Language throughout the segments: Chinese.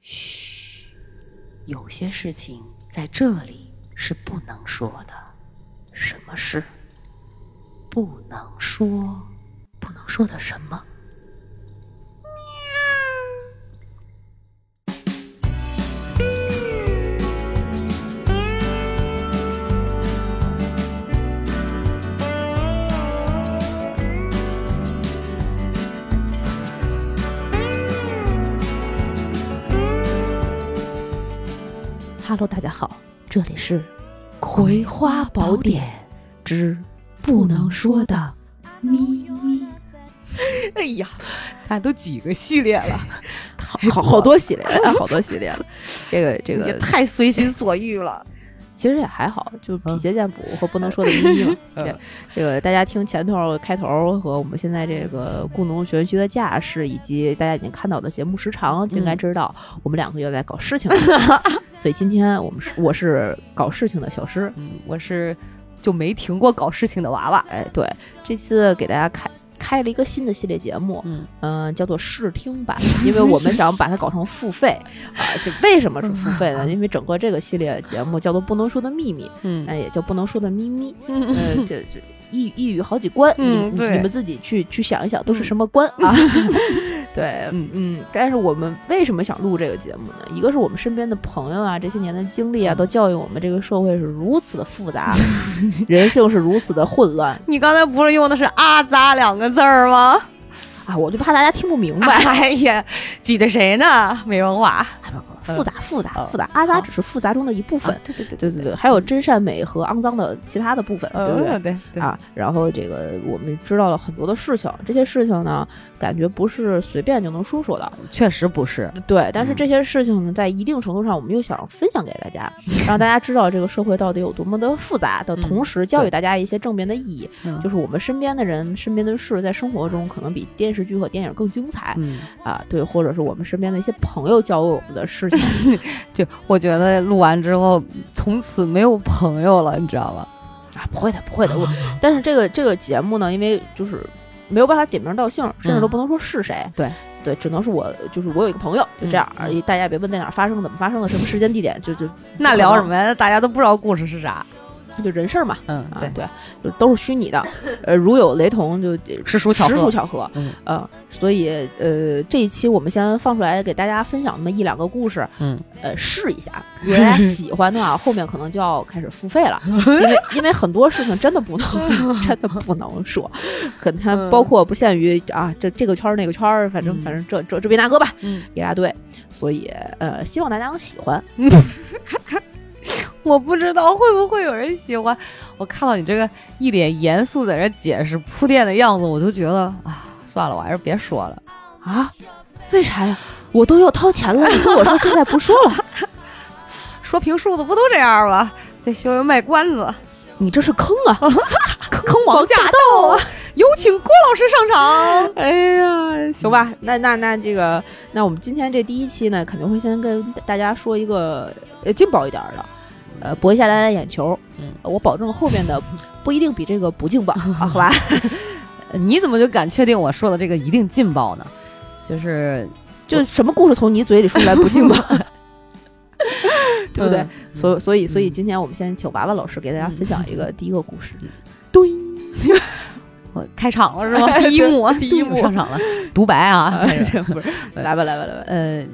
嘘，有些事情在这里是不能说的。什么事？不能说，不能说的什么？Hello，大家好，这里是《葵花宝典》之不能说的咪咪。 哎呀，咱都几个系列了，好好 好多系列 了，好多系列了。这个这个，太随心所欲了。其实也还好，就是嗯匹邪剑谱和不能说的咪咪 嘛。嗯对，这个大家听前头开头和我们现在这个故农学区的架势，以及大家已经看到的节目时长，就应该嗯知道我们两个又在搞事情 了。所以今天我们是我是搞事情的小诗，嗯，我是就没停过搞事情的娃娃。哎，对，这次给大家开开了一个新的系列节目，嗯，嗯、叫做试听版，因为我们想把它搞成付 费啊、就为什么是付费呢？因为整个这个系列节目叫做《不能说的秘密》，嗯哎、也叫《不能说的咪咪》，呃，这这。一一语好几关，嗯你们对你们自己去去想一想，都是什么关、啊？ 对，嗯嗯，但是我们为什么想录这个节目呢？一个是我们身边的朋友啊，这些年的经历啊，嗯都教育我们这个社会是如此的复 杂，人性是如此的混乱，你刚才不是用的是“阿扎”两个字儿吗？啊，我就怕大家听不明白。 哎呀，挤的谁呢？没文化。哎不不复杂复杂嗯复杂，阿达好只是复杂中的一部分。对对对嗯对对对，还有真善美和肮脏的其他的部分，对不 对嗯，？对对啊，然后这个我们知道了很多的事情，这些事情呢，感觉不是随便就能说说的，确实不是。对。但是嗯这些事情呢，在一定程度上，我们又想分享给大家，让大家知道这个社会到底有多么的复杂的，嗯同时教育对大家一些正面的意义，嗯就是我们身边的人、身边的事，在生活中可能比电视剧和电影更精彩。嗯，啊，对，或者是我们身边的一些朋友教我们的事情就我觉得录完之后，从此没有朋友了，你知道吧？啊，不会的，不会的。我但是这个这个节目呢，因为就是没有办法点名道姓，甚至都嗯不能说是谁，对对，只能是我，就是我有一个朋友，就这样嗯而已。大家也别问在哪儿发生，怎么发生的，什么时间地点，就就那聊什么呀？大家都不知道故事是啥。就人事儿嘛，嗯，啊对，，对，就都是虚拟的，呃，如有雷同就实属巧合。实属巧合，嗯呃，所以呃，这一期我们先放出来给大家分享那么一两个故事，嗯，呃，试一下，如果大家喜欢的话，后面可能就要开始付费 了，因为因为很多事情真的不能真的不能说，可能它嗯包括不限于啊这这个圈儿那个圈儿，反正嗯反正这这这边大哥吧，嗯，一大堆，所以呃，希望大家能喜欢，我不知道会不会有人喜欢。我看到你这个一脸严肃在这解释铺垫的样子，我就觉得啊，算了，我还是别说了。啊，为啥呀？我都要掏钱了，你跟我说现在不说了，说评述的不都这样吗？得学会卖关子，你这是坑 啊！ 坑王驾到啊！有请郭老师上 场。哎呀，行吧，那那那这个，那我们今天这第一期呢，肯定会先跟大家说一个呃劲爆一点儿的，呃，博一下大家的眼球。呃嗯，我保证后面的不一定比这个不 劲爆，好吧？呃你怎么就敢确定我说的这个一定劲爆呢？就是就什么故事从你嘴里说出来不 劲爆，对不对？嗯所所以所以嗯今天我们先请娃娃老师给大家分享一个第一个故事嗯。对，我开场了是 吗？第一幕，第一幕上场了，独白 啊，开始 这不是来吧来吧来吧，呃，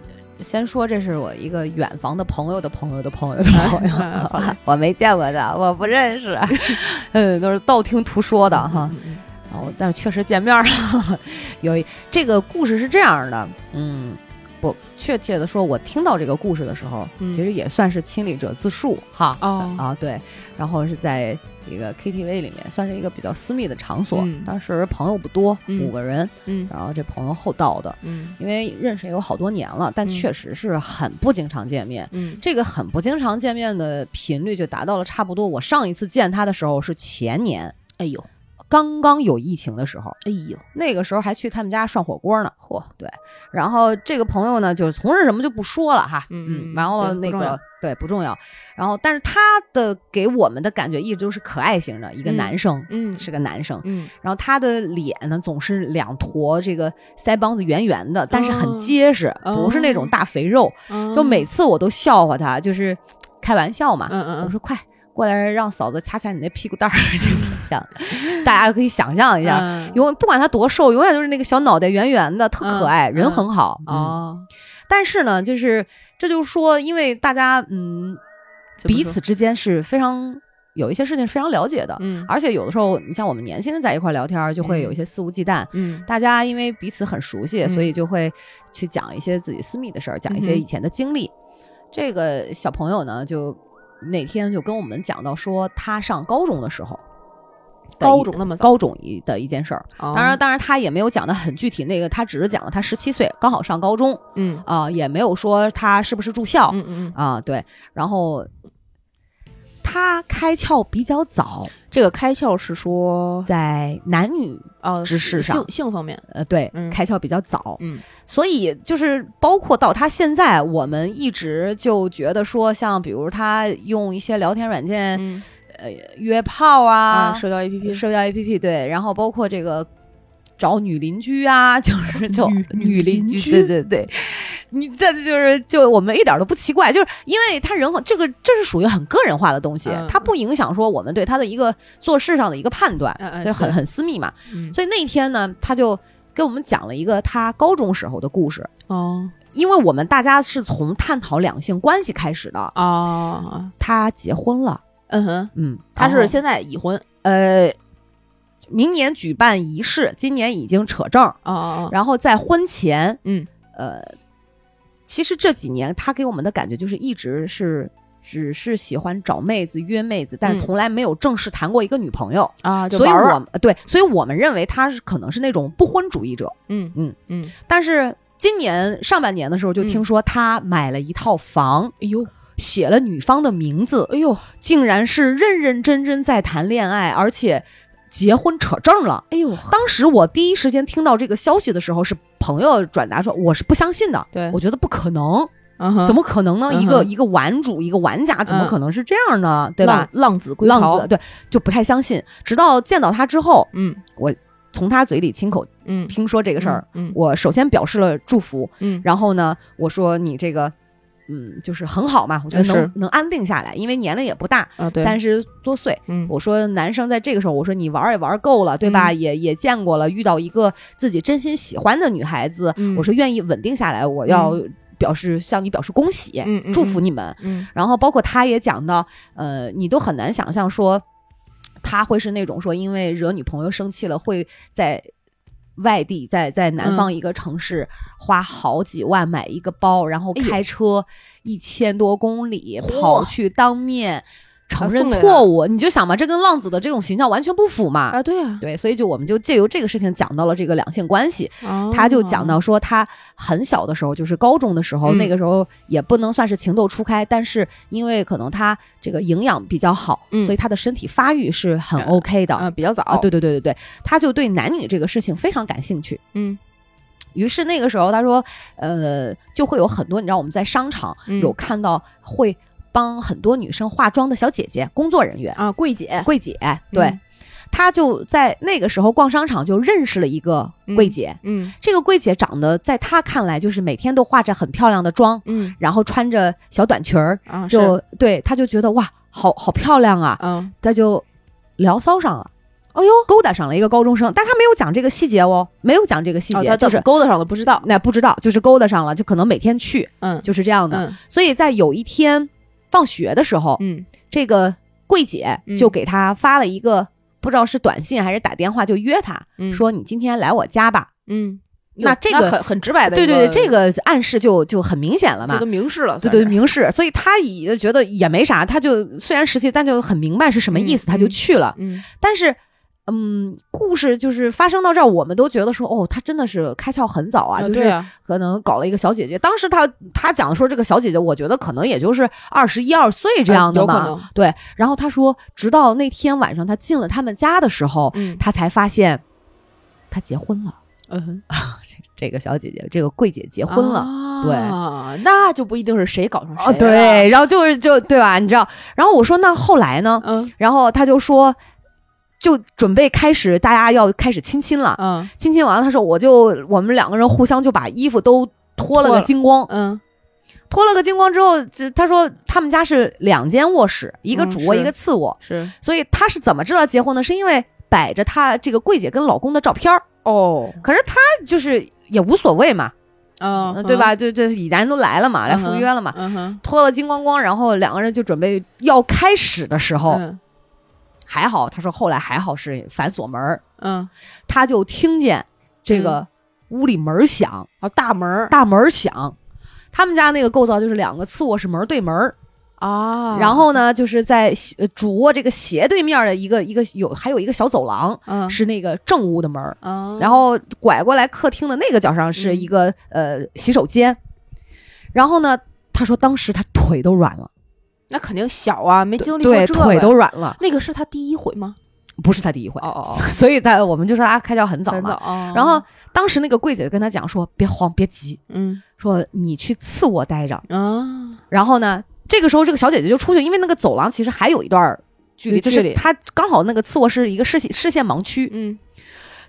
先说这是我一个远房的朋友的朋友的朋友的朋 友， 好吧我没见过的，我不认识， 嗯，都是道听途说的哈。嗯，然后，但是确实见面了。 有一这个故事是这样的，嗯，我确切的说，我听到这个故事的时候，嗯其实也算是亲历者自述哈。哦啊，对，然后是在一个 KTV 里面，算是一个比较私密的场所。嗯当时朋友不多，嗯五个人，嗯然后这朋友后到的，嗯因为认识也有好多年了，但嗯确实是很不经常见面。嗯这个很不经常见面的频率就达到了差不多，我上一次见他的时候是前年，哎呦，刚刚有疫情的时候，哎呦，那个时候还去他们家涮火锅呢。嚯，对。然后这个朋友呢，就是从事什么就不说了哈，嗯嗯然后对那不重个要对不重要。然后，但是他的给我们的感觉一直都是可爱型的，一个嗯男生，嗯是个男生。嗯，然后他的脸呢，总是两坨这个腮帮子圆圆的，但是很哦结实，不是那种哦大肥肉。就就每次我都笑话他，就是开玩笑嘛。嗯嗯我嗯说快过来，让嫂子掐掐你那屁股蛋儿， 就是这样。大家可以想象一下，嗯永不管他多瘦，永远都是那个小脑袋圆圆的，特可爱，嗯人很好啊嗯。哦，但是呢，就是这就是说，因为大家嗯怎么彼说此之间是非常有一些事情是非常了解的，嗯而且有的时候，你像我们年轻人在一块儿聊天儿，就会有一些肆无忌惮。嗯大家因为彼此很熟悉，嗯所以就会去讲一些自己私密的事儿，讲一嗯些哼以前的经历。这个小朋友呢，就那天就跟我们讲到说，他上高中的时候，高中那么早高中一的一件事儿。当当然，当然他也没有讲的很具体，那个他只是讲了他十七岁刚好上高中嗯啊、也没有说他是不是住校啊、嗯嗯，对，然后他开窍比较早，这个开窍是说在男女哦知识上性性方面，呃，对，嗯开窍比较早，嗯，所以就是包括到他现在，我们一直就觉得说，像比如他用一些聊天软件、呃嗯约炮啊啊，，社交 A P P 社交 APP 对，然后包括这个找女邻居啊， 就是就女女邻邻居对对对，你这就是就我们一点都不奇怪，就是因为他人很这个这是属于很个人化的东西，嗯它不影响说我们对他的一个做事上的一个判断，嗯嗯对，很是很私密嘛。嗯所以那天呢，他就跟我们讲了一个他高中时候的故事，哦因为我们大家是从探讨两性关系开始的。哦，他结婚了，嗯哼，嗯，他然是后现在已婚呃，明年举办仪式，今年已经扯证，哦哦哦，然后在婚前，嗯呃，其实这几年他给我们的感觉就是一直是。只是喜欢找妹子、约妹子，但嗯是从来没有正式谈过一个女朋友，啊，就所以玩玩我们对，所以我们认为他是可能是那种不婚主义者，嗯嗯嗯嗯，但是今年上半年的时候，就听说他买了一套房，哎呦写了女方的名字，哎呦竟然是认认真真在谈恋爱，而且结婚扯证了。哎呦，当时我第一时间听到这个消息的时候，是朋友转达说我是不相信的，对我觉得不可能，嗯哼怎么可能呢？嗯哼嗯一个一个玩主，一个玩家，怎么可能是这样呢？对吧？浪？浪子归浪巢子，对，就不太相信。直到见到他之后，嗯从他嘴里亲口嗯，听说这这个事儿，，嗯我首先表示了祝福，嗯，然后呢，我说你这个，嗯，就是很好嘛，我觉得是能能安定下来，因为年龄也不大，啊对，三十多岁。嗯我说男生在这个时候，我说你玩儿也玩儿够了，对吧？嗯也也见过了，遇到一个自己真心喜欢的女孩子，嗯我说愿意稳定下来，我要表示向你表示恭喜，嗯嗯祝福你们。嗯然后包括他也讲到，呃，你都很难想象说他会是那种说因为惹女朋友生气了，会在外地，在在南嗯方一个城市、花好几万买一个包，然后哎呦开车一千多公里、嚯跑去当面承认啊送给错误，你就想吧，这跟浪子的这种形象完全不符嘛。啊对啊，对，所以就我们就借由这个事情讲到了这个两性关系，哦他就讲到说，他很小的时候，就是高中的时候，嗯那个时候也不能算是情窦初开，但是因为可能他这个营养比较好，嗯所以他的身体发育是很呃 OK 的。啊比较早啊，对对对对对，他就对男女这个事情非常感兴趣。嗯于是那个时候，他说，呃，就会有很多，你知道我们在商场嗯有看到会帮很多女生化妆的小姐姐、工作人员、啊柜姐柜姐，对嗯，他就在那个时候逛商场就认识了一个柜姐。嗯这个柜姐长得，在她看来就是每天都化着很漂亮的妆，嗯然后穿着小短裙儿，啊是就对，她就觉得哇，好好漂亮啊，嗯她就聊骚上了。哦哎呦，勾搭上了一个高中生，但她没有讲这个细节哦，没有讲这个细哦节，他就怎么是勾搭上了不知道那不知道，就是勾搭上了，就可能每天去，嗯就是这样的。嗯所以在有一天放学的时候，嗯这个柜姐嗯就给她发了一个，不知道是短信还是打电话，就约她嗯说：“你今天来我家吧。”嗯那哟这个很很直白的对一对对，这个暗示就就很明显了嘛这。都明示了对算是对，明示，所以他也觉得也没啥，他就虽然实习，但就很明白是什么意思，嗯他就去了。嗯但是嗯，故事就是发生到这儿，我们都觉得说，哦，他真的是开窍很早啊，啊就对是啊可能搞了一个小姐姐。当时他他讲说，这个小姐姐，我觉得可能也就是二十一二岁这样的哎有可嘛。能，对，然后他说，直到那天晚上他进了他们家的时候，嗯他才发现他结婚了。嗯，这个小姐姐，这个桂姐结婚了。对啊，那就不一定是谁搞上谁哦，了对，，然后就是就对吧？你知道，然后我说那后来呢？嗯然后他就说，就准备开始，大家要开始亲亲了。嗯亲亲完了，他说我就我们两个人互相就把衣服都脱了脱个了精光，嗯，脱了个精光之后，就他说他们家是两间卧室，一个嗯主卧、是一个次卧，是所以他是怎么知道结婚的？是因为摆着他这个柜姐跟老公的照片儿哦，可是他就是也无所谓嘛，嗯嗯，对？吧？对对，已然都来了嘛，来赴约了嘛，嗯哼，脱了精光光，然后两个人就准备要开始的时候，嗯还好他说后来还好是反锁门儿，嗯，他就听见这个屋里门儿响。哦，大门儿大门儿响。他们家那个构造就是两个次卧室门儿对门儿，啊，然后呢，就是在斜呃主卧这个斜对面的一个一个有还有一个小走廊，嗯是那个正屋的门儿，嗯，然后拐过来客厅的那个角上是一个、嗯呃洗手间，然后呢，他说当时他腿都软了，那肯定小啊，没经历过对，这个腿都软了，那个是他第一回吗？不是他第一回，哦 哦哦，所以他我们就说他开窍很早真的嘛。哦。然后当时那个柜姐就跟他讲说，别慌，别急，嗯说你去次卧待着，啊，然后呢，这个时候这个小姐姐就出去，因为那个走廊其实还有一段儿距离，有距就离是她刚好那个次卧是一个视线视线盲区，嗯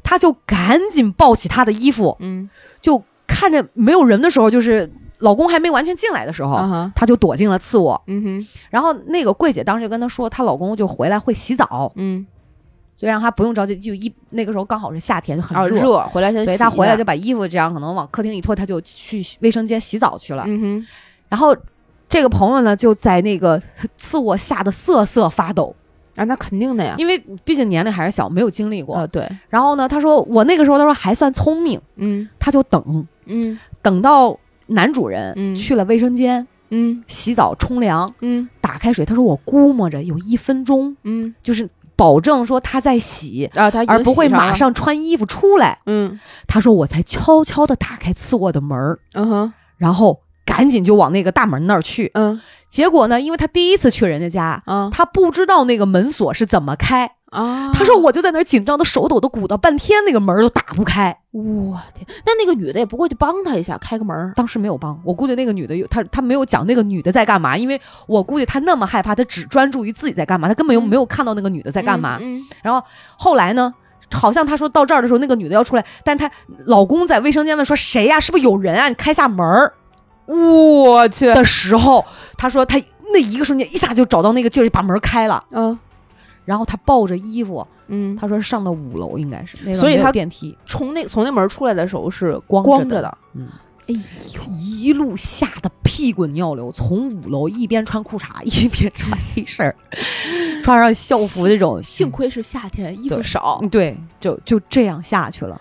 她就赶紧抱起她的衣服，嗯就看着没有人的时候，就是老公还没完全进来的时候。啊哈她就躲进了次卧，嗯哼然后那个柜姐当时就跟她说，她老公就回来会洗澡，嗯，所以让她不用着急，就一那个时候刚好是夏天，就很哦热，热回来先洗一下，所以她回来就把衣服这样可能往客厅一脱，她就去卫生间洗澡去了。嗯然后这个朋友呢，就在那个 次卧吓得瑟瑟发抖，哼啊，那肯定的呀，因为毕竟年龄还是小，没有经历过。啊对，然后呢，他说我那个时候他说还算聪明，嗯他就等嗯等到男主人嗯去了卫生间、嗯洗澡、冲凉，嗯打开水，他说我估摸着有一分钟，嗯就是保证说他在洗。啊，他已经而不会洗上马了，上穿衣服出来，嗯他说我才悄悄地打开次卧的门儿，嗯哼然后赶紧就往那个大门那儿去。嗯结果呢，因为他第一次去人家家，啊他不知道那个门锁是怎么开。啊，他说我就在那儿紧张的手抖的鼓捣半天，那个门儿都打不开。我天，那那个女的也不过去帮他一下，开个门儿，当时没有帮，我估计那个女的有她，她没有讲那个女的在干嘛，因为我估计她那么害怕，她只专注于自己在干嘛，她根本又嗯没有看到那个女的在干嘛。嗯后来呢，好像她说到这儿的时候，那个女的要出来，但是她老公在卫生间问说谁呀、是不是有人啊？你开下门儿我去，的时候，她说她那一个瞬间一下就找到那个劲儿，就把门开了，嗯然后她抱着衣服，嗯，她说上到五楼应该是，那个所以没有她电梯。从那从那门出来的时候是光光着着的，嗯，哎呦，一路吓得屁滚尿流，从五楼一边穿裤衩一边 穿 T 恤儿，穿上校服这种幸亏是夏天，衣服对少嗯，，对，就就这样下去了，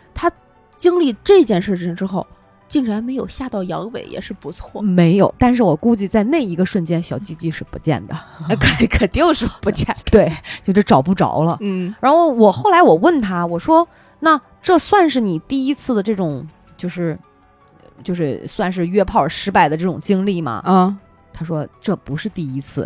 经历这件事情之后，竟然没有吓到阳痿，也是不错。没有。但是我估计在那一个瞬间，小鸡鸡是不见的， 肯肯定是不见。对，就是找不着了。 嗯然后我后来我问他，我说：“那这算是你第一次的这种，就是就是算是约炮失败的这种经历吗？”啊，他说：“这不是第一次。”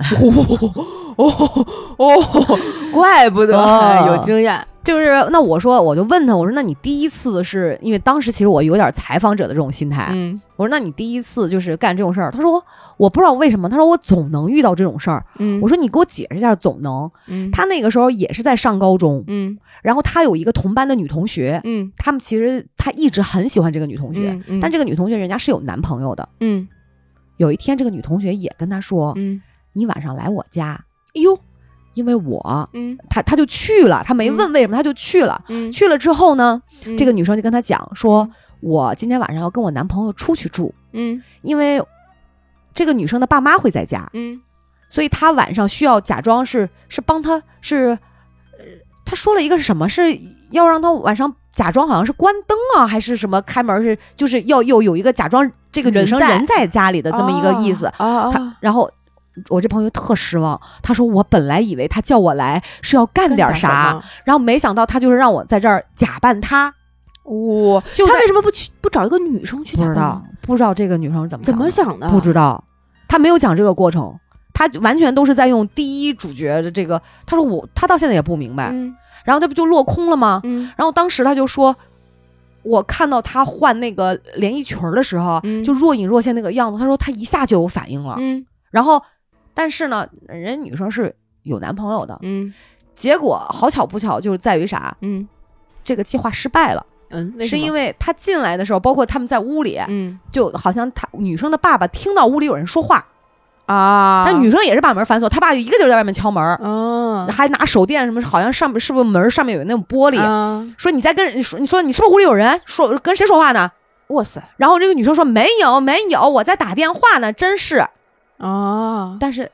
哦 哦， 怪不得哦有经验。就是那我说，我就问他，我说那你第一次是因为当时其实我有点采访者的这种心态，嗯我说那你第一次就是干这种事儿，他说我不知道为什么，他说我总能遇到这种事儿，嗯我说你给我解释一下总能。嗯他那个时候也是在上高中，嗯然后他有一个同班的女同学，嗯他们其实他一直很喜欢这个女同学，嗯但这个女同学人家是有男朋友的。嗯有一天这个女同学也跟他说，嗯，你晚上来我家，哎呦，因为我嗯他他就去了，他没问为什么，他就去了。嗯，去了之后呢，这个嗯女生就跟他讲说，我今天晚上要跟我男朋友出去住，嗯因为这个女生的爸妈会在家，嗯所以她晚上需要假装是是帮她是，呃，她说了一个是什么，是要让她晚上假装好像是关灯啊，还是什么开门是，就是要又有一个假装这个女生人在人在家里的这么一个意思。啊啊她然后我这朋友特失望，他说我本来以为他叫我来是要干点啥，干点什么？然后没想到他就是让我在这儿假扮他，我、就他在为什么不去不找一个女生去不假知扮道呢？不知道这个女生是怎么怎想么的想的？不知道，他没有讲这个过程，他完全都是在用第一主角的这个，他说我他到现在也不明白，嗯然后这不就落空了吗？嗯然后当时他就说，我看到他换那个连衣裙儿的时候，嗯就若隐若现那个样子，他说他一下就有反应了，嗯然后但是呢，人家女生是有男朋友的，嗯结果好巧不巧就是在于啥，嗯这个计划失败了，嗯，是因为为他进来的时候，包括他们在屋里，嗯就好像他女生的爸爸听到屋里有人说话，啊，但女生也是把门反锁，他爸就一个劲儿在外面敲门儿，啊还拿手电什么，好像上面是不是门上面有那种玻璃，啊，说你在跟人你说你说你是不是屋里有人说跟谁说话呢？哇塞然后这个女生说没有没有，我在打电话呢，真是。啊，但是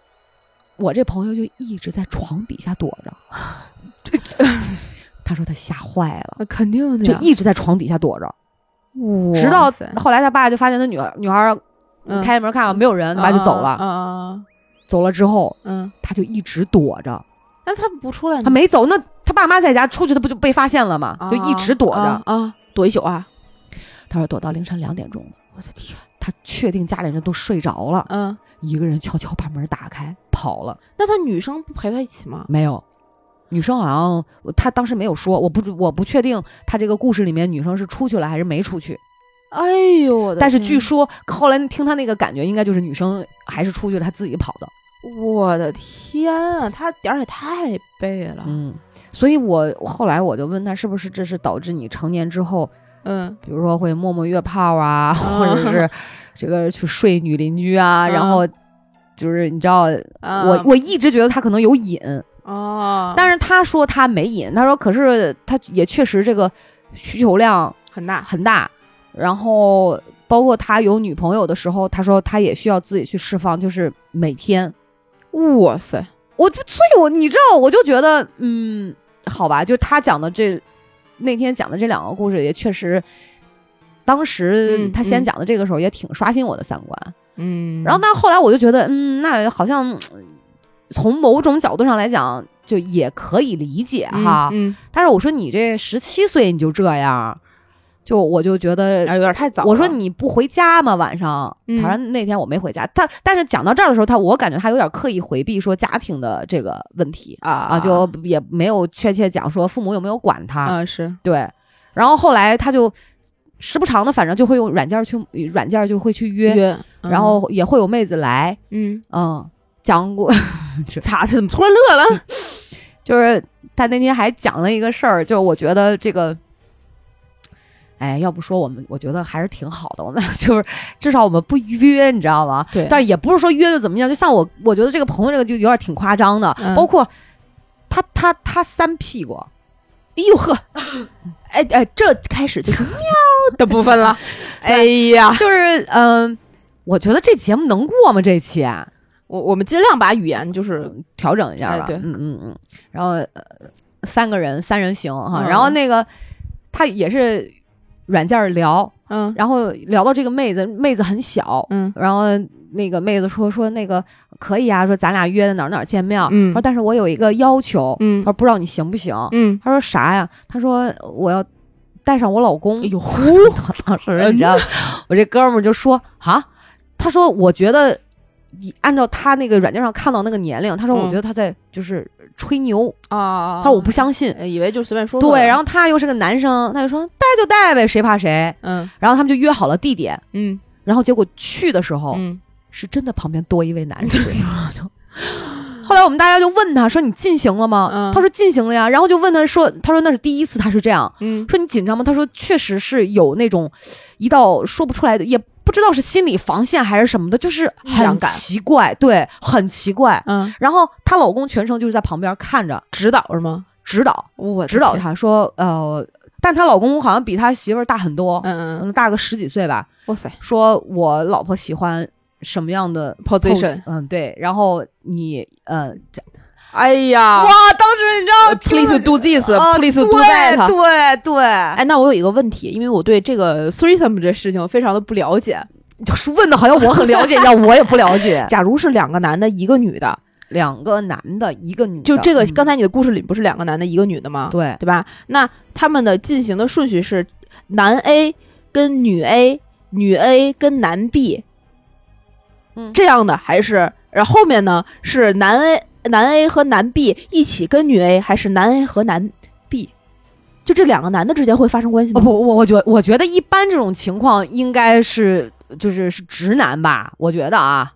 我这朋友就一直在床底下躲 着，他说他吓坏了，那肯定的就呀，一直在床底下躲着，嗯啊哇直到塞后来他爸就发现他女儿女孩嗯开门看看没有人，他爸就走了。啊走了之后，嗯，他就一直躲着，那他不出来呢，他没走。那他爸妈在家出去，他不就被发现了吗？啊就一直躲着。啊啊，躲一宿啊！他说躲到凌晨两点钟了，我的天，他确定家里人都睡着了，嗯，一个人悄悄把门打开跑了。那他女生不陪他一起吗？没有，女生好像她当时没有说，我不知我不确定她这个故事里面女生是出去了还是没出去。哎呦，我的但是天据说后来听她那个感觉，应该就是女生还是出去了，她自己跑的。我的天啊，他点儿也太背了，嗯，所以我后来我就问她，是不是这是导致你成年之后，嗯比如说会默默约炮啊， 或者是这个去睡女邻居啊，然后。就是你知道，啊，我我一直觉得她可能有瘾，哦，但是她说她没瘾，她说可是她也确实这个需求量很大，很大。然后包括他有女朋友的时候，他说他也需要自己去释放，就是每天。哇塞，我就所以我，你知道，我就觉得，嗯，好吧，就他讲的这那天讲的这两个故事，也确实，当时嗯他先嗯讲的这个时候也挺刷新我的三观。嗯然后，但后来我就觉得，嗯，那好像从某种角度上来讲，就也可以理解哈。嗯，但是我说你这十七岁你就这样，就我就觉得啊，有点太早了。我说你不回家吗？晚上？嗯他说那天我没回家。他但是讲到这儿的时候，他我感觉他有点刻意回避说家庭的这个问题啊啊，啊就也没有确切讲说父母有没有管他。啊是，对，然后后来他就时不常的，反正就会用软件儿去软件儿就会去约，约，嗯然后也会有妹子来，嗯，嗯，讲过，咋的？怎么突然乐了？就是他那天还讲了一个事儿，就是我觉得这个。哎，要不说我们，我觉得还是挺好的。我们 就是至少我们不约，你知道吗？对但是也不是说约的怎么样，就像我，我觉得这个朋友这个就有点挺夸张的，嗯包括他他他三屁股，哎呦呵，哎哎，这开始就是喵的部分 了。哎呀，就是嗯、我觉得这节目能过吗？这期啊我我们尽量把语言就是调整一下吧。哎对嗯嗯嗯。然后、呃、三个人三人行哈，嗯然后那个他也是软件儿聊，嗯然后聊到这个妹子，妹子很小，嗯然后那个妹子说说那个可以啊，说咱俩约的哪儿哪儿见面，嗯她说但是我有一个要求，她嗯说不知道你行不行，嗯，她说啥呀？她说我要带上我老公，哎呦，嗯我当时你 知道，我这哥们儿就说啊，他说我觉得你按照他那个软件上看到那个年龄，他说嗯我觉得他在就是吹牛，啊，他说我不相信，呃以为就随便说说的。对，然后他又是个男生，他就说带就带呗，谁怕谁，嗯然后他们就约好了地点。嗯然后结果去的时候，嗯，是真的旁边多一位 男士。就后来我们大家就问他说：“你进行了吗？”嗯他说：“进行了呀。”然后就问他说：“他说那是第一次，他是这样。嗯说你紧张吗？”他说：“确实是有那种一道说不出来的，也不知道是心理防线还是什么的，就是异样很感奇怪，对，很奇怪。嗯，然后她老公全程就是在旁边看着指导是吗？指导我的指导天，她说：“呃，但她老公好像比她媳妇儿大很多，嗯嗯，嗯，大个十几岁吧。”哇塞说我老婆喜欢什么样的，position， pose，嗯，对，然后你呃，这哎呀呃哇，当时你知道听着 Please do this, 啊 please do 对 that。对对，哎哎，那我有一个问题，因为我对这个 threesome 这事情非常的不了解，就是问的好像我很了解一样，我也不 了解。假如是两个男的，一个女的，两个男的，一个女的，就这个嗯啊刚才你的故事里不是两个男的，一个女的吗？对对吧？那他们的进行的顺序是男 A 跟女 A，女 A 跟男 B，嗯这样的还是，然后后面呢是男 A 男 A 和男 B 一起跟女 A，还是男 A 和男 B？就这两个男的之间会发生关系哦吗？不，我我觉我觉得一般这种情况应该是就是是直男吧，我觉得啊，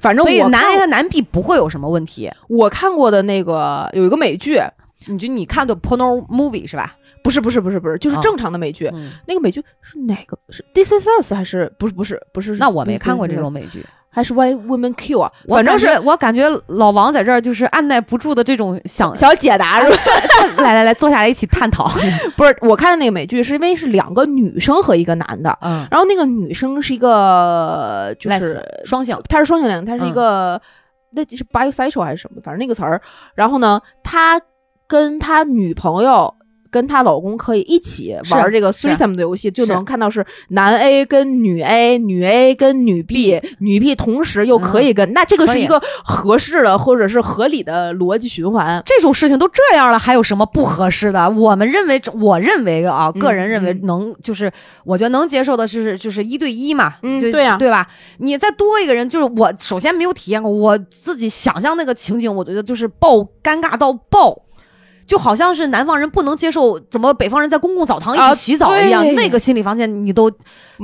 反正所以我男看 A 和男 B 不会有什么问题。我看过的那个有一个美剧，你就你看的 porno movie 是吧？不是不是不是不是，就是啊正常的美剧。嗯，那个美剧是哪个？是《This Is Us》还是不是不是不是？那我不是没看过 This 这 Is 种 Us，美剧，还是《Why Women Kill》啊？我反正感是觉我感觉老王在这儿就是按耐不住的这种想，小解答是吧？来来来， 坐下来一起探 讨。哎不是，我看的那个美剧是因为是两个女生和一个男的， 嗯，然后那个女生是一个就来是双性，她是双性恋，她是一个、那是 bisexual 还是什么，反正那个词儿。然后呢，她跟她女朋友。跟她老公可以一起是玩这个是 threesome 的游戏，就是能看到是男 A 跟女 A、女 A 跟女 B、女 B 同时又可以跟，那这个可是以一个合适的或者是合理的逻辑循环。这种事情都这样了，还有什么不合适的？我们认为，我认为啊，嗯个人认为嗯能，就是我觉得能接受的是，就是一对一嘛，嗯就对呀对吧？你再多一个人，就是我首先没有体验过，我自己想象那个情景，我觉得就是爆尴尬到爆。就好像是南方人不能接受怎么北方人在公共澡堂啊一起洗澡一样，对嗯那个心理防线你都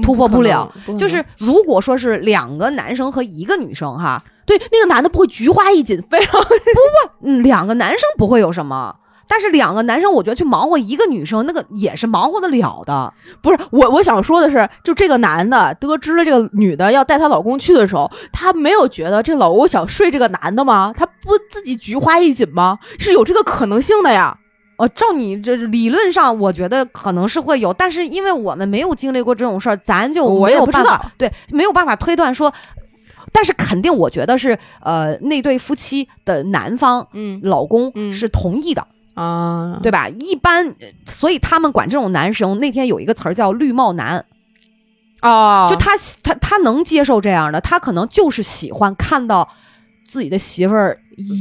突破不了。就是如果说是两个男生和一个女生哈，对那个男的不会菊花一紧，非常 嗯，两个男生不会有什么，但是两个男生，我觉得去忙活一个女生，那个也是忙活得了的。不是我我想说的是，就这个男的得知了这个女的要带她老公去的时候，他没有觉得这老公想睡这个男的吗？他不自己菊花一紧吗？是有这个可能性的呀。呃，照你这理论上，我觉得可能是会有，但是因为我们没有经历过这种事儿，咱就我没也有不知办道法，对，没有办法推断说。但是肯定，我觉得是呃，那对夫妻的男方嗯老公嗯是同意的，啊，对吧？一般，呃所以他们管这种男生，那天有一个词儿叫“绿帽男”，哦，就他喜他他能接受这样的，他可能就是喜欢看到自己的媳妇儿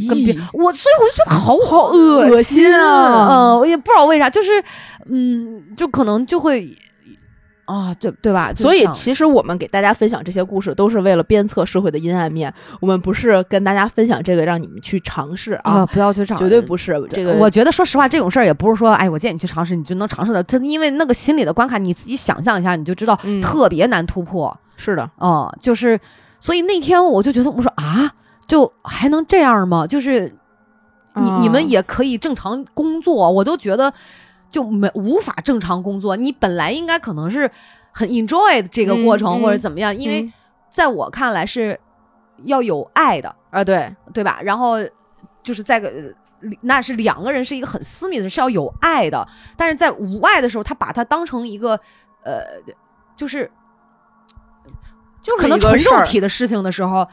跟别咦我，所以我就觉得好好嗯恶恶心心啊嗯，我也不知道为啥，就是嗯，就可能就会啊，对对吧？就是所以这，样其实我们给大家分享这些故事，都是为了鞭策社会的阴暗面。我们不是跟大家分享这个，让你们去尝试啊，啊，不要去找人，绝对不是这个。我觉得，说实话，这种事儿也不是说，哎，我建议你去尝试，你就能尝试的。它因为那个心理的关卡，你自己想象一下，你就知道嗯特别难突破。是的，嗯，就是，所以那天我就觉得，我说啊，就还能这样吗？就是你你啊们也可以正常工作，我都觉得就没无法正常工作。你本来应该可能是很 enjoy 这个过程、嗯嗯或者怎么样，因为嗯在我看来是要有爱的，啊，对，对吧？然后就是在个。那是两个人是一个很私密的，是要有爱的。但是在无爱的时候，他把它当成一个呃，就是就是可能一个纯事肉儿体的事情的时候，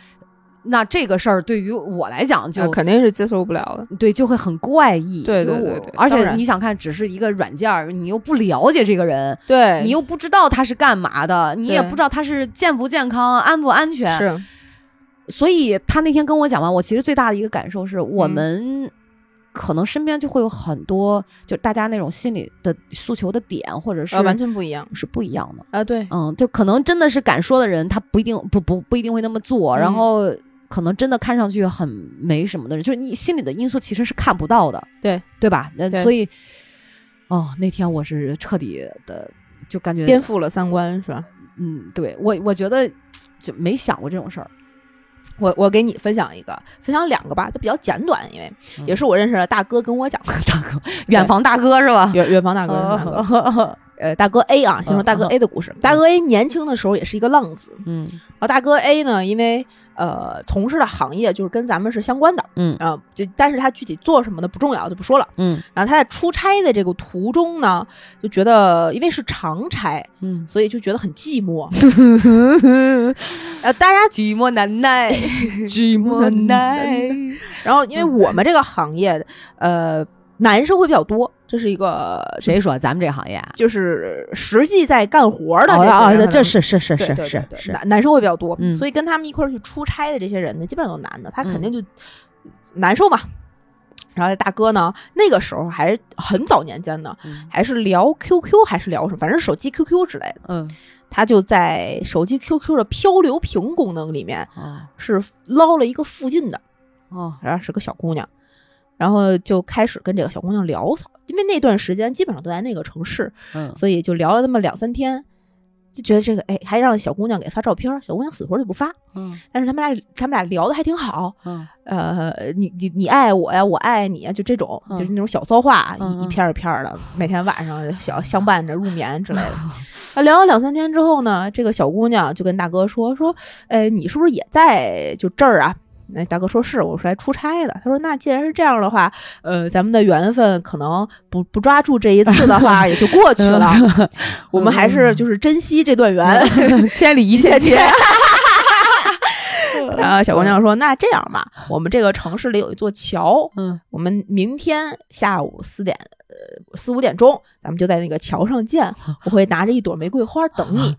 那这个事儿对于我来讲就、啊肯定是接受不了的。对就会很怪异。对就对对我对而当且然你想看，只是一个软件儿，你又不了解这个人，对，你又不知道他是干嘛的，你也对不知道他是健不健康、安不安全。是所以他那天跟我讲完，我其实最大的一个感受是我嗯们。可能身边就会有很多，就大家那种心理的诉求的点，或者是啊，完全不一样是不一样的。啊，对，嗯，就可能真的是敢说的人，他不一定不不不一定会那么做，然嗯后可能真的看上去很没什么的人，就是你心里的因素其实是看不到的，对对吧？那对所以，哦，那天我是彻底的就感觉颠，覆了三观是吧？嗯，对我我觉得就没想过这种事儿， 我我给你分享一个，分享两个吧，就比较简短，因为嗯也是我认识的大哥跟我 讲的，大哥，远房大哥是吧？远远方大哥，远方大哥， 哦呃，大哥 A 啊，先说大哥 A 的故事。大哥 A 年轻的时候也是一个浪子，嗯然后大哥 A 呢，因为呃从事的行业就是跟咱们是相关的， 嗯啊、就但是他具体做什么的不重要，就不说了。嗯然后他在出差的这个途中呢，就觉得因为是长差，嗯，所以就觉得很寂寞。呃，大家寂寞难耐， 寂嗯寞难耐然后，因为我们这个行业，呃，男生会比较多，这是一个谁说咱们这行业啊？就是实际在干活的这些人哦可哦，能这是是是对是对是对对是，男男生会比较多，嗯所以跟他们一块儿去出差的这些人呢，基本上都是男的，他肯嗯定就难受嘛。然后这大哥呢，那个时候还是很早年间呢，嗯还是聊 QQ 还是聊什么，反正手机 QQ 之类的，嗯他就在手机 QQ 的漂流瓶功能里面哦是捞了一个附近的，哦然后是个小姑娘，然后就开始跟这个小姑娘聊骚，因为那段时间基本上都在那个城市，嗯所以就聊了那么两三天，就觉得这个哎，还让小姑娘给发照片儿，小姑娘死活就不发。嗯但是他们俩他们俩聊的还挺好，嗯呃，你你你爱我呀，我爱你呀，就这种，嗯就是那种小骚话，嗯一嗯一片儿一片儿的，每天晚上小相伴着入眠之类 的。啊，聊了两三天之后呢，这个小姑娘就跟大哥说说，哎，你是不是也在就这儿啊？那大哥说是，我是来出差的。他说那既然是这样的话，呃，咱们的缘分可能不不抓住这一次的 话，也就过去了。 我们还是就是珍惜这段缘。 嗯，千里一线牵。然后小姑娘说：“那这样吧，我们这个城市里有一座桥，嗯我们明天下午四点，呃，四五点钟，咱们就在那个桥上 见。我会拿着一朵玫瑰花等你，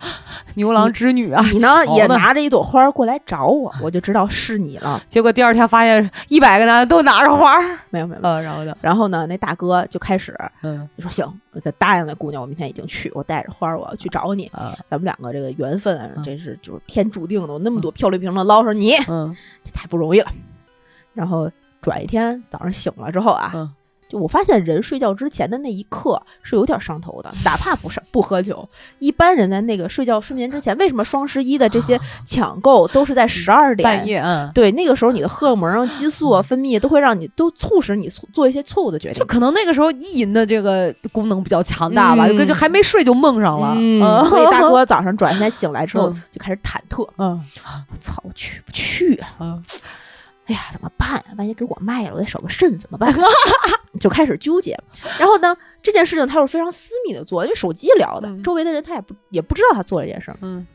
牛郎织女啊，你呢瞧也拿着一朵花过来找我，我就知道是你了。结果第二天发现一百个男的都拿着花儿，没有没有。没有嗯，然后呢，然后呢，那大哥就开始嗯就说：行，我给答应那姑娘，我明天已经去，我带着花儿我要去找你。啊咱们两个这个缘分啊，嗯真是就是天注定的。我那么多漂流瓶子捞上你，嗯这太不容易了。然后转一天早上醒了之后啊，嗯就我发现人睡觉之前的那一刻是有点上头的，哪怕不上不喝酒，一般人在那个睡觉睡眠之前，为什么双十一的这些抢购都是在十二点啊半？夜嗯，对，那个时候你的荷尔蒙、激素啊分泌都会让你都促使你做做一些错误的决定就。可能那个时候意淫的这个功能比较强大嗯吧，就跟就还没睡就梦上了，嗯，所以 大哥早上转天醒来之后嗯就开始忐忑，嗯我操，我去不去啊？嗯哎呀，怎么办啊？万一给我卖了，我再少个肾怎么办？啊 就开始纠结。然后呢，这件事情他又非常私密的做，因为手机聊的，嗯周围的人他也不也不知道他做这件事儿，嗯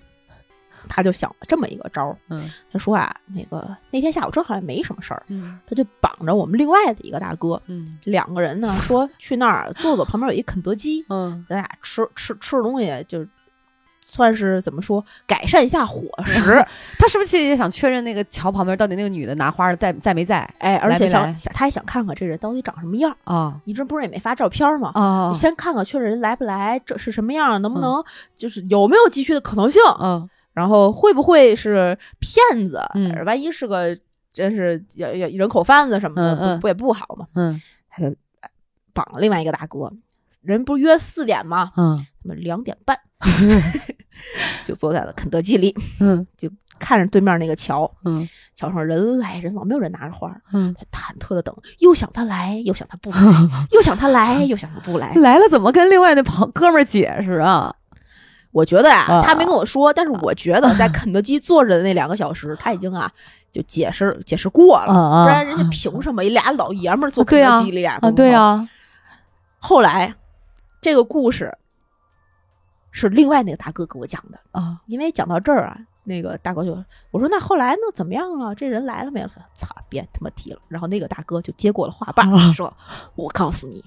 他就想了这么一个招儿。嗯他说啊，那个那天下午正好也没什么事儿，嗯他就绑着我们另外的一个大哥，嗯两个人呢说去那儿坐坐，旁边有一肯德基，嗯咱俩吃吃吃的东西就。算是怎么说，改善一下伙食，他是不是其实也想确认那个桥旁边到底那个女的拿花的在在没在哎，而且来没想来想，他也想看看这人到底长什么样儿。啊你这不是也没发照片儿吗？啊你先看看确认人来不来，这是什么样，能不能就是有没有继续的可能性，嗯然后会不会是骗子，嗯万一是个真是要要人口贩子什么的，嗯嗯不不也不好嘛。嗯他就绑了另外一个大哥，人不是约四点吗？嗯他们两点 半就坐在了肯德基里，嗯看着对面那个桥，嗯桥上人来人往，没有人拿着花儿，嗯，他忐忑的等，又想他来，又想他不来，又想他来，又想他不来。来了怎么跟另外那朋哥们儿解释啊？我觉得呀、啊他没跟我说，但是我觉得 在肯德基坐着的那两个小时，他已经啊就解释解释过啊了，不啊然人家凭什么一俩老爷们儿坐肯德基里啊？啊！ 对啊。啊，后来这个故事是另外那个大哥给我讲的，啊因为讲到这儿啊，那个大哥就我说那后来呢怎么样了？这人来了没有？他说操，别他妈提了。然后那个大哥就接过了话把，啊说：“我告诉你，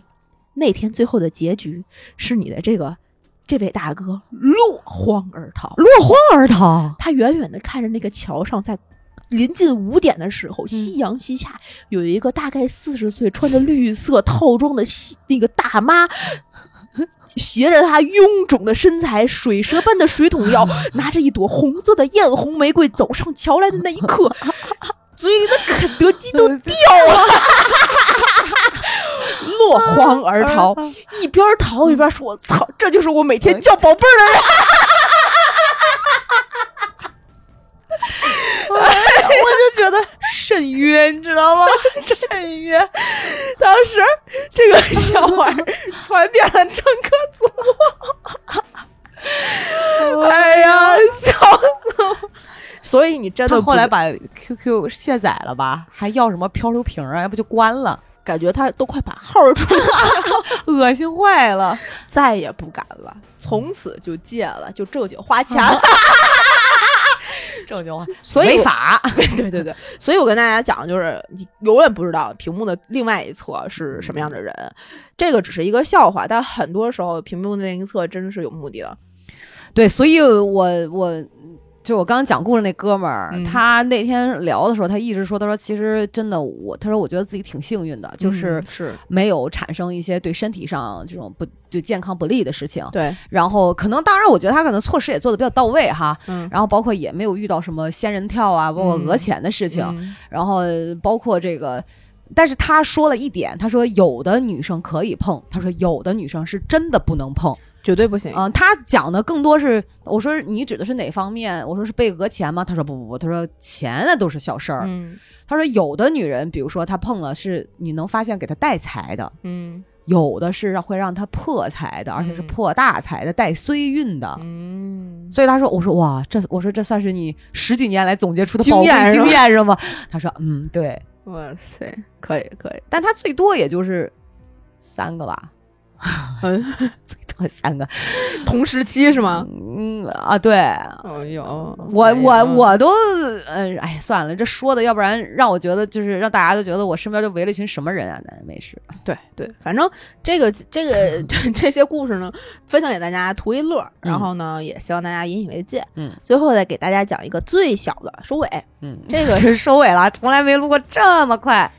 那天最后的结局是你的这个这位大哥落荒而逃。”落荒而逃。他远远的看着那个桥上，在临近五点的时候，夕阳西下，有一个大概四十岁、穿着绿色套装的西那个大妈，携着她臃肿的身材、水蛇般的水桶腰，拿着一朵红色的艳红玫瑰走上桥来的那一刻，嘴里的肯德基都掉了。落荒而逃，一边逃一边说：“我操，这就是我每天叫宝贝儿的人。” 我就觉得甚冤，你知道 吗？甚冤。当时这 个小孩儿传遍了整个祖国，哎呀，笑死我！所以你真的不他后来把 QQ 卸载了吧？还要什么漂流瓶啊？要不就关了，感觉他都快把号儿出来了，恶心坏了。再 啊也不敢了，从此就戒了，就正经花钱了。 正经话， 所以违我法。 对对对，所以我跟大家讲，就是你永远不知道屏幕的另外一侧是什么样的人，这个只是一个笑话，但很多时候屏幕的另一侧真的是有目的的。对，所以我我就我刚刚讲故事那哥们儿，嗯他那天聊的时候，他一直说，他说其实真的我，他说我觉得自己挺幸运的，就是嗯是没有产生一些对身体上这种不对健康不利的事情。对，然后可能，当然，我觉得他可能措施也做的比较到位哈。嗯，然后包括也没有遇到什么仙人跳啊，包括嗯讹钱的事情，嗯然后包括这个。但是他说了一点，他说有的女生可以碰，他说有的女生是真的不能碰。绝对不行。嗯、他讲的更多是，我说你指的是哪方面？我说是被讹钱吗？他说不不不，他说钱那都是小事儿。嗯他说有的女人，比如说她碰了，是你能发现给她带财的；嗯有的是让会让她破财的，而且是嗯破大财的，带衰运的。嗯，所以他说：“我说哇，这我说这算是你十几年来总结出的经宝贵验是吧经验是吗？”他说：“嗯，对。哇塞，可以可以，”但他最多也就是三个吧，嗯， 啊最多三个。同时期是吗？嗯啊，对，哦有，我哎我呀我都，呃，哎，算了，这说的，要不然让我觉得就是让大家都觉得我身边就围了一群什么人啊？那没事，对对，嗯反正这个这个这这些故事呢，分享给大家图一乐儿，然嗯后呢，也希望大家引以为戒。嗯，最后再给大家讲一个最小的收尾。嗯，这个是收尾了，从来没录过这么快，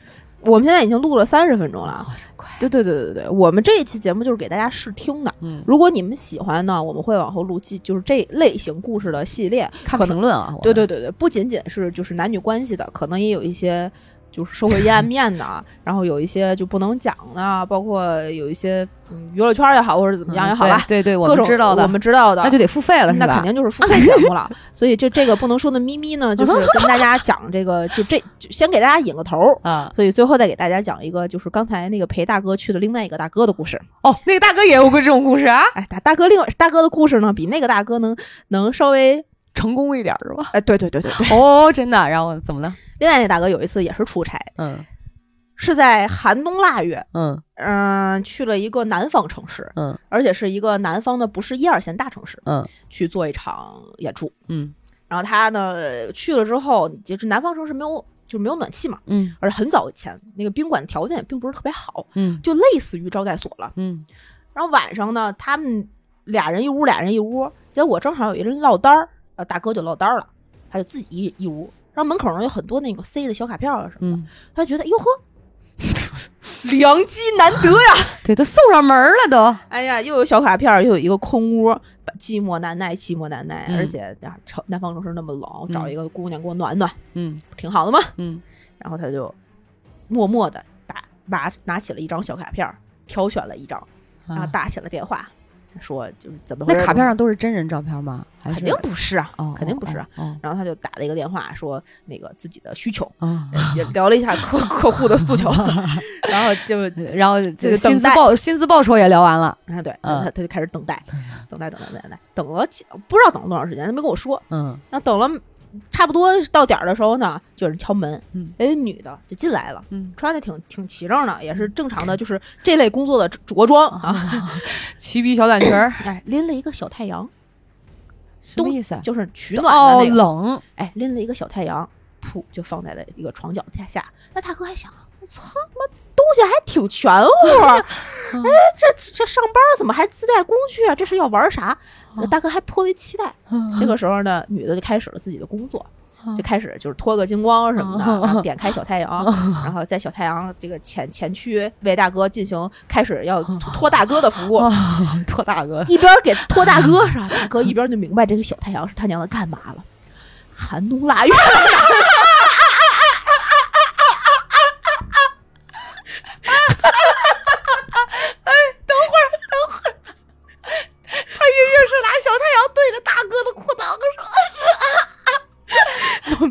我们现在已经录了三十分钟了。啊哦快，对对对对对，我们这一期节目就是给大家试听的。嗯，如果你们喜欢呢，我们会往后录记，就是这类型故事的系列。 看可评能论啊，我对们，对对对，不仅仅是就是男女关系的，可能也有一些就是社会阴 暗面的啊，然后有一些就不能讲的啊，包括有一些嗯娱乐圈也好，或者怎么样也嗯好吧对，对对，我各们种知道的，我们知道的，那就得付费了，是那吧？肯定就是付费节目 了。所以这这个不能说的咪咪呢，就是跟大家讲这个，就这就先给大家引个头儿。啊，所以最后再给大家讲一个，就是刚才那个陪大哥去的另外一个大哥的故事。哦，那个大哥也有过这种故事啊，哎，大大哥另外大哥的故事呢，比那个大哥能能稍微成功一点是吧？ 哎，对对对对对。哦，真的，然后怎么了？另外那大哥有一次也是出差，嗯是在寒冬腊月，嗯嗯、去了一个南方城市，嗯而且是一个南方的，不是一二线大城市，嗯去做一场演出。嗯然后他呢去了之后，就是南方城市没有就没有暖气嘛，嗯而且很早以前那个宾馆条件也并不是特别好，嗯就类似于招待所了。嗯然后晚上呢，他们俩人一屋，俩人一屋，结果正好有一人落单儿，然后大哥就落单儿了，他就自己一一屋。然后门口呢有很多那个塞的小卡片啊什么，嗯，他就觉得哟呵，良机难得呀！对，都送上门儿了都， 哎呀，又有小卡片，又有一个空屋，寂寞难耐，寂寞难耐。嗯而且呀，城南方城市那么冷，我找嗯一个姑娘给我暖暖，嗯不挺好的吗？嗯然后他就默默的打拿拿起了一张小卡片儿，挑选了一张，然后啊打起了电话，说就是怎么回那事卡片上都是真人照片吗？还是肯定不是啊，哦，肯定不是啊。哦然后他就打了一个电话，说那个自己的需求，哦哦 也聊了一下客客户的诉求，然后就呃然后这个就等薪资待报薪资报酬也聊完了，啊对，嗯他他就开始等待，等待等待等待，等了几不知道等了多长时间，他没跟我说。嗯然后等了差不多到点儿的时候呢，就有人敲门嗯，哎，女的就进来了。嗯，穿的挺挺齐整的，也是正常的，就是这类工作的着装啊。齐鼻小短裙儿哎，拎了一个小太阳， 什么意 思啊？就是取暖哦，的那个。冷，哎，拎了一个小太阳，噗，就放在了一个床脚下下。那大哥还想，操他妈东西还挺全乎啊！嗯哎，这这上班怎么还自带工具啊？这是要玩啥？大哥还颇为期待。这个时候呢，女的就开始了自己的工作，就开始就是脱个精光什么的，嗯然后点开小太阳，然后在小太阳这个前前区为大哥进行开始要脱大哥的服务，哦，托大哥， 一边给脱大哥是吧？大哥一边就明白这个小太阳是他娘的干嘛了，寒冬腊月。 哎他一定是拿小太阳对着大哥的裤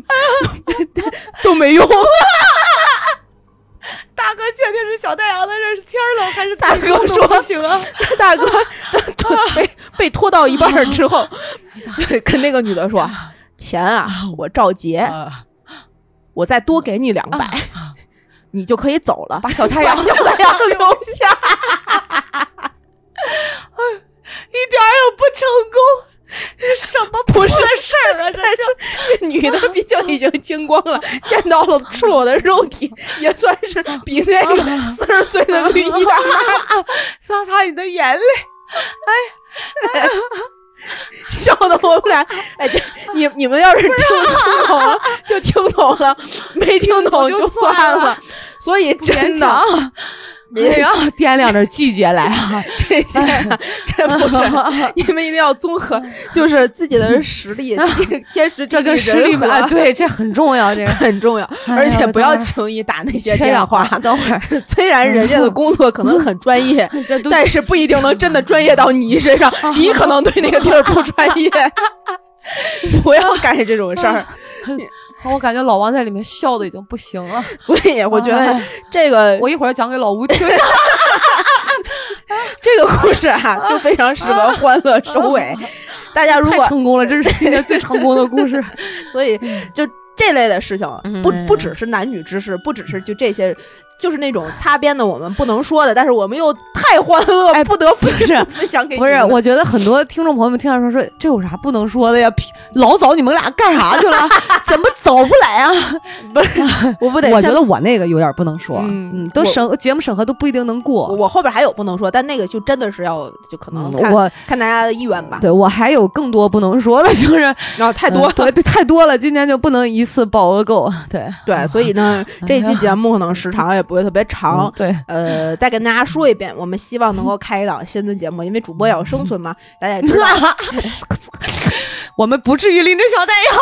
裆说， 都没用。大哥确定是小太阳的事，是天儿冷还是大哥说不行啊？ 大 哥被被拖到一半儿之啊后， 跟那个女的说：“钱啊，我照结，啊我再多给你两百，你就可以走了。”把小太 阳把小太阳留下， 一点儿也不成功，什么不是事儿啊？这但是女的毕竟已经精光了， 见到了赤裸的肉体，也算是比那个啊四十岁的绿衣大妈擦擦你的 眼泪， 笑的我们俩，哎，这你你们要是听听懂了就听懂了，没听懂就算算了所以真真的的，，也要掂量着季节来 啊！这些啊真不是，你们一定要综 合，就是自己的实力，天天时地嗯这利跟实人力和啊，对，这很重要，这个。 很重要，哎呀而且我不等会要儿轻易打那些缺电氧话。了，等 会儿虽然人家的工作可能很专 业，但是不一定能真的专业到你身上，你可能对那个地儿不专业。 不要干这种 事儿，啊我感觉老王在里面笑的已经不行了。所以我觉得哎这个我一会儿讲给老 吴听。这个故事啊，就非常适合欢乐收 尾。大家如果啊太成功了，这是今年最成功的故 事。所以就这类的事情，不嗯不只是男女之事，不只是就这些，就是那种擦边的我们不能说的，但是我们又太欢乐，哎不得不 是分享给不是你，们我觉得很多听众朋友们听到说说这有啥不能说的呀？屁老早你们俩干啥 去了？怎么早不来啊？不是，我不得我觉先得我那个有点不能说，嗯嗯，都我审节目审核都不一定能我过。我后边还有不能说，但那个就真的是要就可能嗯看、我看大家的意愿吧。对我还有更多不能说的，就是然后太多了嗯，对对 太多了，今天就不能一次爆个够。对，哎对，所以呢，这一期节目可能时长也不会特别长嗯。对，呃，再跟大家说一遍，我们希望能够开一档新的节目，因为主播也要生存嘛，大家也知道， 我们不至于拎着小袋子。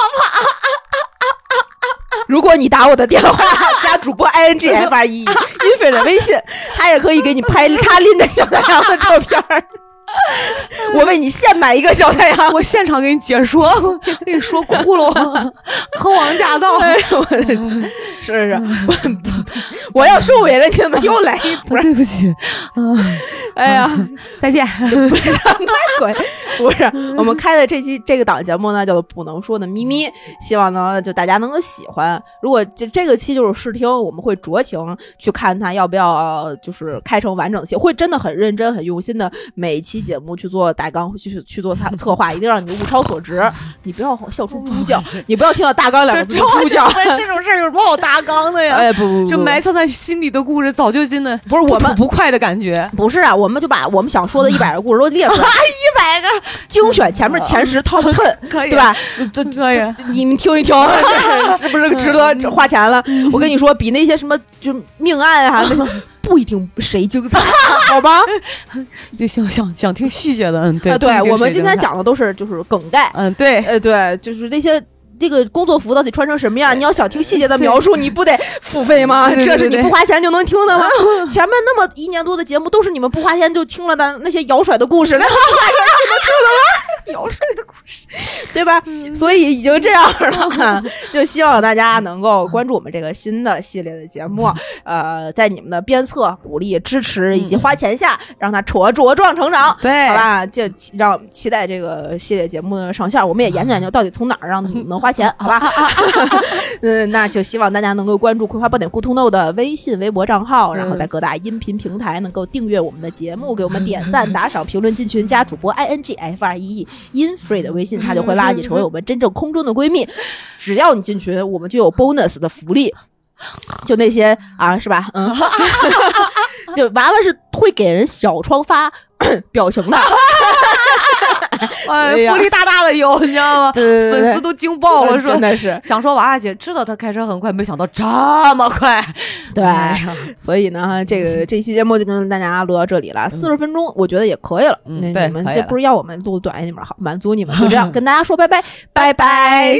如果你打我的电话， 加主播 i n g f r e 音飞的微信，他也可以给你拍他拎着小太阳的照片儿。 我为你现买一个小太阳。 我现场给你解 说，给你说哭了，坑王驾到。哎呦我的天， 是是是， 我我要收尾了，你怎么又来一波？ 对不起，嗯，哎呀，再见。鬼！ 不是，我们开的这期这个档节目呢，叫做“不能说的咪咪”，希望呢就大家能够喜欢。如果这这个期就是试听，我们会酌情去看它要不要呃就是开成完整期，会真的很认真、很用心的每一期节目去做大纲，去去做策策划，一定让你物超所值。你不要笑出猪 叫，你不要听到“大纲”两个字就猪叫。 这种事儿有什么好搭纲的呀？哎，不不不，这埋藏在心底的故事，早就真的不是我们不快的感觉。不是啊，我们就把我们想 说的一百个故事都列出来，一百个精选前面前十 top ten，可以对吧？ 这可以，你们听一 嗯听，是不是值得这花钱了？我跟你说，比那些什么就命案 啊，那不一定谁精 彩，好吧？就想想想听细节的，嗯，对啊，对不一定我们谁今精天彩，讲的都是就是梗概，嗯， 对，呃，对，就是那些。这个工作服到底穿成什么样？你要想听细节的描述，你不得付费吗？对对对这是你对对不花钱就能听 的吗？前面那么一年多的节目，都是你们不花钱就听了的那些摇甩的故事，那不花 钱就能听了吗？摇甩的故事，对吧？所以已经这样了， 就希望大家能够关注我们这个新的系列的节目，呃，在你们的鞭策、鼓励、支持以及花钱下，让它茁茁壮成长。对好吧，就期让期待这个系列节目的上线，我们也研究研究到底从哪儿让你们能花钱，好吧？ 嗯，那就希望大家能够关注《葵花宝典 Good to Know》的微信、微博账号，嗯然后在各大音频平台能够订阅我们的节目，给我们点赞、打赏、评论、进群，加主播 i n g f r e e in free 的微信，他就会拉你成为我们真正空中的闺蜜。只要你进群，我们就有 bonus 的福利，就那些啊，是吧？嗯， 就娃娃是会给人小窗发 表情的，哎哎，呀福利大大的有，你知道吗？对嗯 粉丝都惊爆了，说真的是想说娃娃姐知道她开车很快，没想到这么快。对。哎呀所以呢，这 个这期节目就跟大家录到这里了，四十分钟我觉得也可以了。嗯那对你们可以这了 不是要我们录短一点吗？好，满足你们，就这样跟大家说拜拜，拜拜。